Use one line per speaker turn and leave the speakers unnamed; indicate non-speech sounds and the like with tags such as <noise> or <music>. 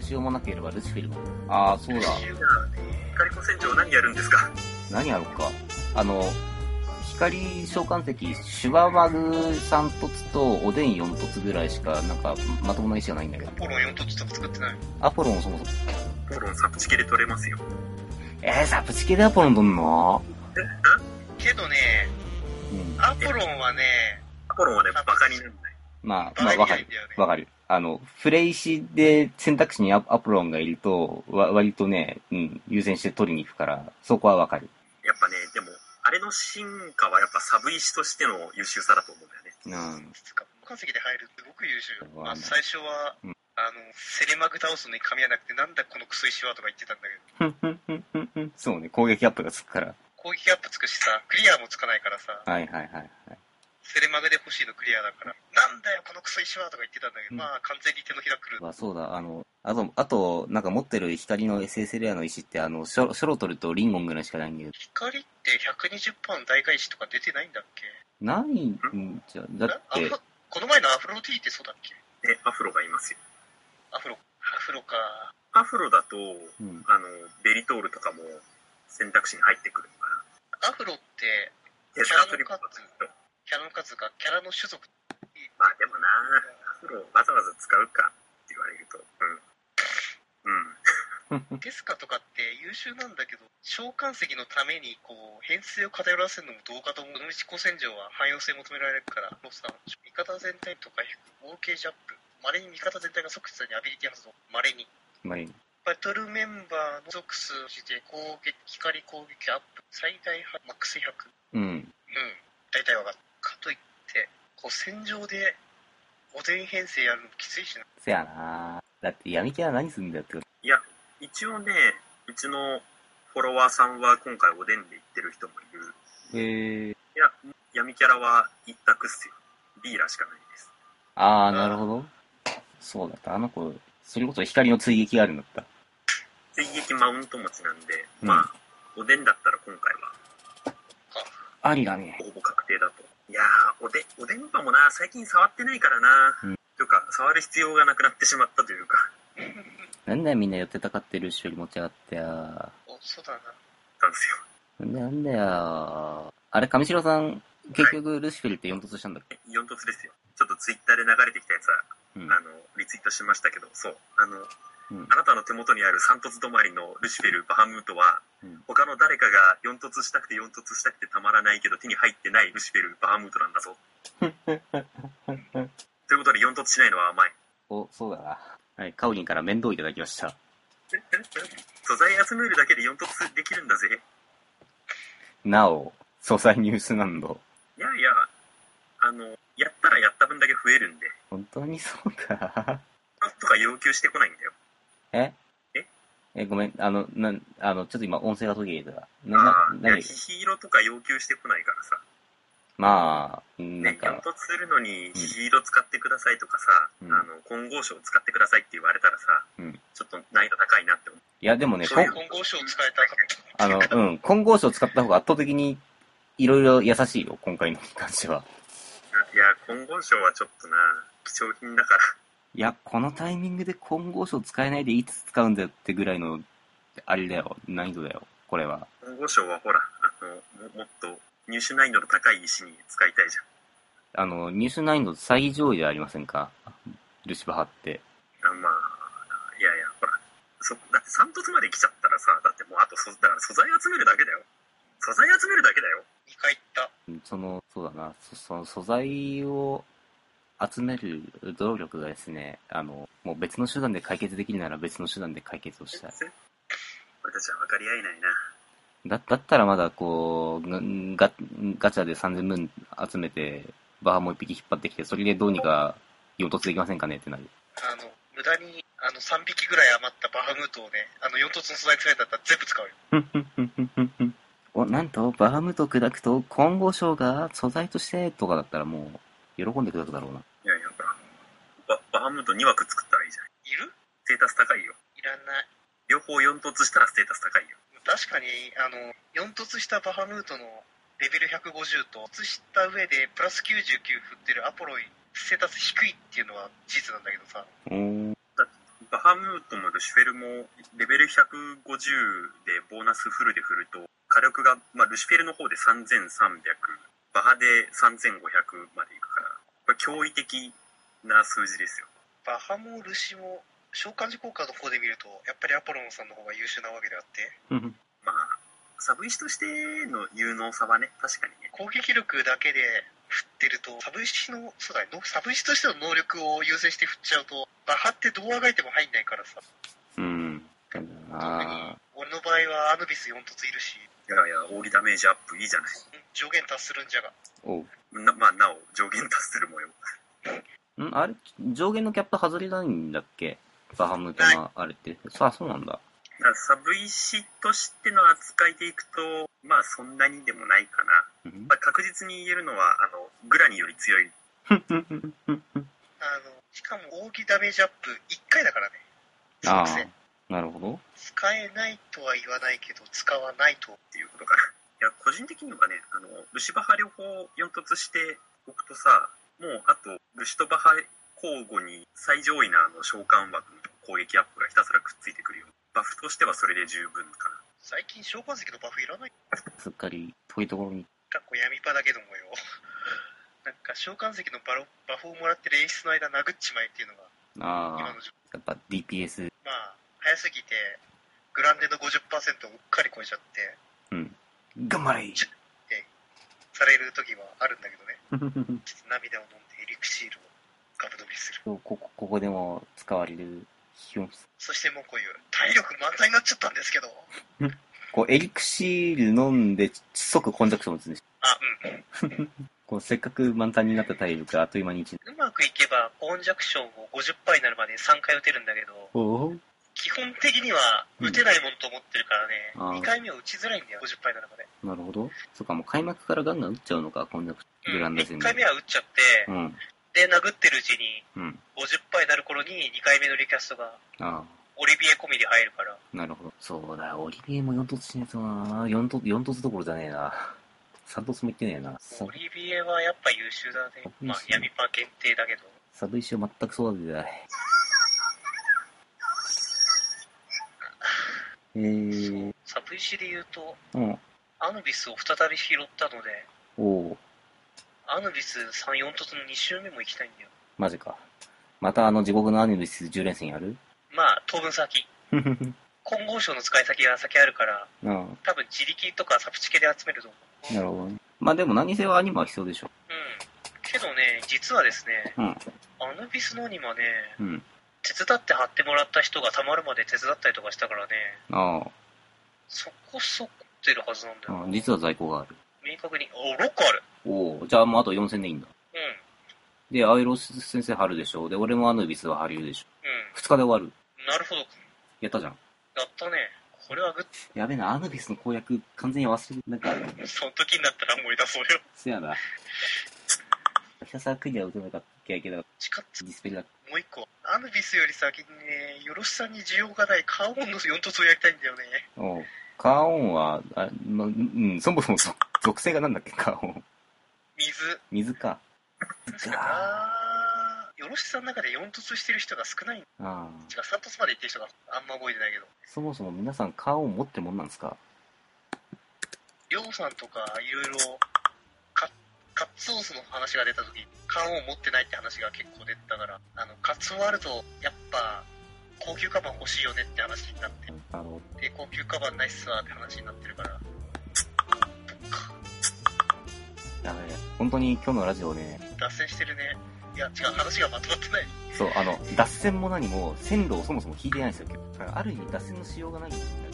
しようもなければルシフィルも。
ああ、そうだ。
光子船長何やるんですか
何やろうか。あの、光召喚石、シュワマグ3凸とおでん4凸ぐらいしか、なんか、まともな石がないんだけど。
ポロン4凸とか作ってない。
アポロンそもそも。
ポロンサプチ系で取れますよ。
えー、サプチ系でアポロン取んの
けどね、
うん。
アポロンはね、
ポロンはね、バカにならない。
まあ、
バ
ま
カ
あ、わか
になんだよね
る。わかる。あの、フレイシで選択肢にアアポロンがいると、わ割とね、うん、優先して取りに行くから、そこはわかる。
やっぱね、でも、あれの進化はやっぱサブ石としての優秀さだと思うんだよね。
うん。
化石で入るすごく優秀。
うん
まあ、最初は、
うん
あの、セレマグ倒すのに噛み合わなくて、なんだこのクソ石はとか言ってたんだけど、
ふんふんふんふんふんそうね、攻撃アップがつくから。
攻撃アップつくしさ、クリアもつかないからさ、
はいはいはいはい。
セレマグで欲しいのクリアだから、なんだよこのクソ石はとか言ってたんだけ
う
ど、
ん
まあ完全に手のひらくる。
まあそうだ、あの、あと、あと、なんか持ってる光の SS レアの石って、あの、ショショロトルとリンゴンぐらいしかないんだけど、
光って120%の大返しとか出てないんだっけ
ないんじゃ、だっ
え
て
アフ、ロこの前のアフロティーってそうだっけ
で、アフロがいますよ。
アフロ、アフロか。
アフロだと、
うん、
あの、ベリトールとかも選択肢に入ってくるのかな。
アフロって、
テスラトリップとかと。
キャラの数がキャラの種族。
まあでもな、アフロをわざわざ使うかって言われると。うん。うん。
テスカとかって優秀なんだけど、召喚石のために、こう、編成を偏らせるのもどうかと思う。この飛行戦場は汎用性求められるから、ロスさん、味方全体とか引く、合計ジャップ、稀に味方全体が即座にアビリティ発動、稀に。
まあいい。
バトルメンバーの属数して攻撃、光攻撃アップ、最大はマックス100。
うん。
うん、大体わかる。かといって、こう戦場でおでん編成やるのきついしな。
せやなだって闇キャラ何すんだよって。
いや、一応ね、うちのフォロワーさんは今回おでんで行ってる人もいる。
へえ。
いや、闇キャラは一択っすよ。ディーラーしかないです。
あー、なるほど。そうだった。あの子、それこそ光の追撃があるんだった。
追撃マウント持ちなんで、
うん
まあ、おでんだったら今回は
ありだね。
ほぼ確定だと。いやー、おで、おでんばもな、最近触ってないからな。
うん
というか、触る必要がなくなってしまったというか、
なんだよみんな寄ってたかってるしより持ち上がってや。
お、そうだな。
なんです
な
よ。
んだよなんだよ。あれ、上白さん、結局ルシフェルって4突したんだっけ
4突ですよ。ちょっとツイッターで流れてきたやつは、
うん。
あの、リツイートしましたけど、そう。あの、
うん
あなたの手元にある三突止まりのルシフェル・バハムートは、
うん
他の誰かが四突したくて四突したくてたまらないけど手に入ってないルシフェル・バハムートなん
<laughs>
だぞ。ということで四突しないのは甘い。
お、そうだな。はい、カオリンから面倒いただきました。
素材集めるだけで四突できるんだぜ。
なお、素材ニュース難度。
いやいや、あの、やったらやった分だけ増えるんで、
本当にそうか。
なんとか要求してこないんだよ。
え
え
え、ごめん、あの、なん、あの、ちょっと今音声が途切れた。な、
あ
な、
あ、いや、
何
ヒーローとか要求してこないからさ。
まあ、な
ね
ん、
煙
か、
突するのにヒーロー使ってくださいとかさ、
うん
あの、混合賞使ってくださいって言われたらさ、
うん
ちょっと難易度高いなって思う。
いや、でもね、
そういう
こん
混合賞を使えたか
あ
<laughs>
の、うん、混合書を使った方が圧倒的に、いろいろ優しいよ、今回の感じは。
いや、混合賞はちょっとな、貴重品だから。
いや、このタイミングで混合書使えないでいつ使うんだよってぐらいの、あれだよ、難易度だよ、これは。
混合賞はほら、 <laughs> あの、ももっと入手難易度の高い石に使いたいじ
あの、入手難易度最上位ではありませんかルシファーって。
ゃん。あまあ、いやいや、ほら、そ、だって3突まで来ちゃったらさ、だってもうあとそ、だから素材集めるだけだよ。素材集めるだけだよ。
2回行った。
その、そうだな、そその素材を集める努力がですね、あの、もう別の手段で解決できるなら別の手段で解決をしたい。
俺たちは分かり合えないな。
だだったらまだこう、んガガチャで3000分集めて、バーもう一匹引っ張ってきて、それでどうにか4突できませんかねってなる。
あの、無駄に、あの、3匹ぐらい余ったバハムートをね、あの、4凸の素材使えたら全部使うよ。
おなんと、バームと砕くと、混合賞が素材としてとかだったらもう、喜んで砕くだろうな。
いやいや、ほら、ババハムート2枠作ったらいいじゃん。
いる
ステータス高いよ。
いらない。
両方4突したらステータス高いよ。
確かに、あの、4凸したバハムートのレベル150と、凸した上でプラス99振ってるアポロイ、ステータス低いっていうのは事実なんだけどさ。
おー
だってバハムートもルシフェルもレベル150でボーナスフルで振ると火力が、まあ、ルシフェルの方で3300バハで3500までいくからこれ驚異的な数字ですよ
バハもルシも召喚時効果の方で見るとやっぱりアポロンさんの方が優秀なわけであって
うん
まあサブ石としての有能さはね確かにね
攻撃力だけで振ってるとサブ石のそうだ、ね、のサブ石としての能力を優先して振っちゃうとバハってどうあがいても入んないからさ
うん。
特に
あ
俺の場合はアヌビス4突いるし
いやいや扇ダメージアップいいじゃない
上限達するんじゃが
ーおう
なまあなお上限達する模様
んあれ上限のキャップ外れないんだっけバハムートのあれって。あ、そうなんだ。
だからサブ石としての扱いでいくとまあそんなにでもないかな、
うん
まあ、確実に言えるのはあのグラニーより強い
あのしかも扇ダメージアップ1回だからね
あ
属性
あ、なるほど。
使えないとは言わないけど使わないと
っていうことかな。いや、個人的にはね、あの、ルシバハ両方4突しておくとさ、もうあと、ルシとバハ交互に最上位なあの召喚枠の攻撃アップがひたすらくっついてくるように。バフとしてはそれで十分かな。
最近召喚石のバフいらない
すっかり遠いところに。
かっこ闇パだけどもよ <laughs> なんか召喚石のバロバフをもらってる演出の間殴っちまえっていうのが
あ
今
あ
の、状況
やっぱ DPS。
まあ早すぎてグランデの50%をうっかり超えちゃって
うん。頑張れ
される時はあるんだけどねちょっと涙を飲んでエリクシールをガブ飲みする
ここここでも使われるヒヨン
そしてもうこういう体力満載になっちゃったんですけどあ
こうエリクシール飲んで即コンタクト持つんです
うん
こうせっかく満タンになった体力があっという間に1
うまくいけばコンジャクションを50杯になるまで3回打てるんだけど
おお
基本的には打てないもんと思ってるから
うんあ
ね、
ー
2回目は打ちづらいんだよ50杯になるまで
なるほどそっかもう開幕からガンガン打っちゃうのかコンタクトグランド戦
1
で
回目は打っちゃって、
うん
で殴ってるうちに
うん
50杯になる頃に2回目のリキャストが
あ
オリビエ込みで入るから
あなるほどそうだオリビエも4突しないとな4突四突どころじゃねえな3突もいってねえなサ
オリビエはやっぱ優秀だね
そうです、ね
まあ、闇パ限定だけど
サブ石を全く育ててないえ
そ
ー
う、サブ石で言うと
うん
アヌビスを再び拾ったので
おお
アヌビス34突の2周目も行きたいんだよ
マジかまたあの地獄のアニメス10連戦や <laughs> る
まあ当分先金剛賞の使い先が先あるから
なあ
多分自力とかサプチケで集めると思う
なるほどね。まあでも何せはアニメは必要でしょ。
うんけどね実はですね
うん。
アヌビスのにはね
うん。
手伝って貼ってもらった人がたまるまで手伝ったりとかしたからね
ああ
そこそこ出るはずなんだ
あ
よ
あ、実は在庫がある。
明確にお6個ある
おお、じゃあもうあと4000でいいんだ。
うん
で、アイロス先生貼るでしょ。で、俺もアヌビスは貼るでしょ。
う
2日で終わる。
んなるほど
やったじゃん。
やったねこれはグッ
やべえな、アヌビスの公約完全に忘れて、なんか、
その時になったら思い出そうよ
せやな。ひたすらクリア打てなかったけど、
しかつ
ディスペルだ。
もう一個アヌビスより先にねよろしさんに需要がないカーボンの4突をやりたいんだよね
おうカーオンは、あま、うん、そもそもそ属性がなんだっけ、カーオン。
水
水か。
確かによろしさんの中で4突してる人が少ないん
ああ。
違う3突まで行ってる人があんま覚えてないけど
そもそも皆さんカーオン持ってるもんなんですか
りょうさんとかいろいろカカッツオースの話が出た時缶を持ってないって話が結構出てたからあのカツオあるとやっぱ高級カバン欲しいよねって話になって
あの、
で高級カバンないっすわって話になってるから
やべえ。本当に今日のラジオね、
脱線してるねいや違う話がまとまってない
そう、あの、脱線も何も、線路をそもそも引いてないんですよ、今日だからある意味脱線のしようがないんですよね。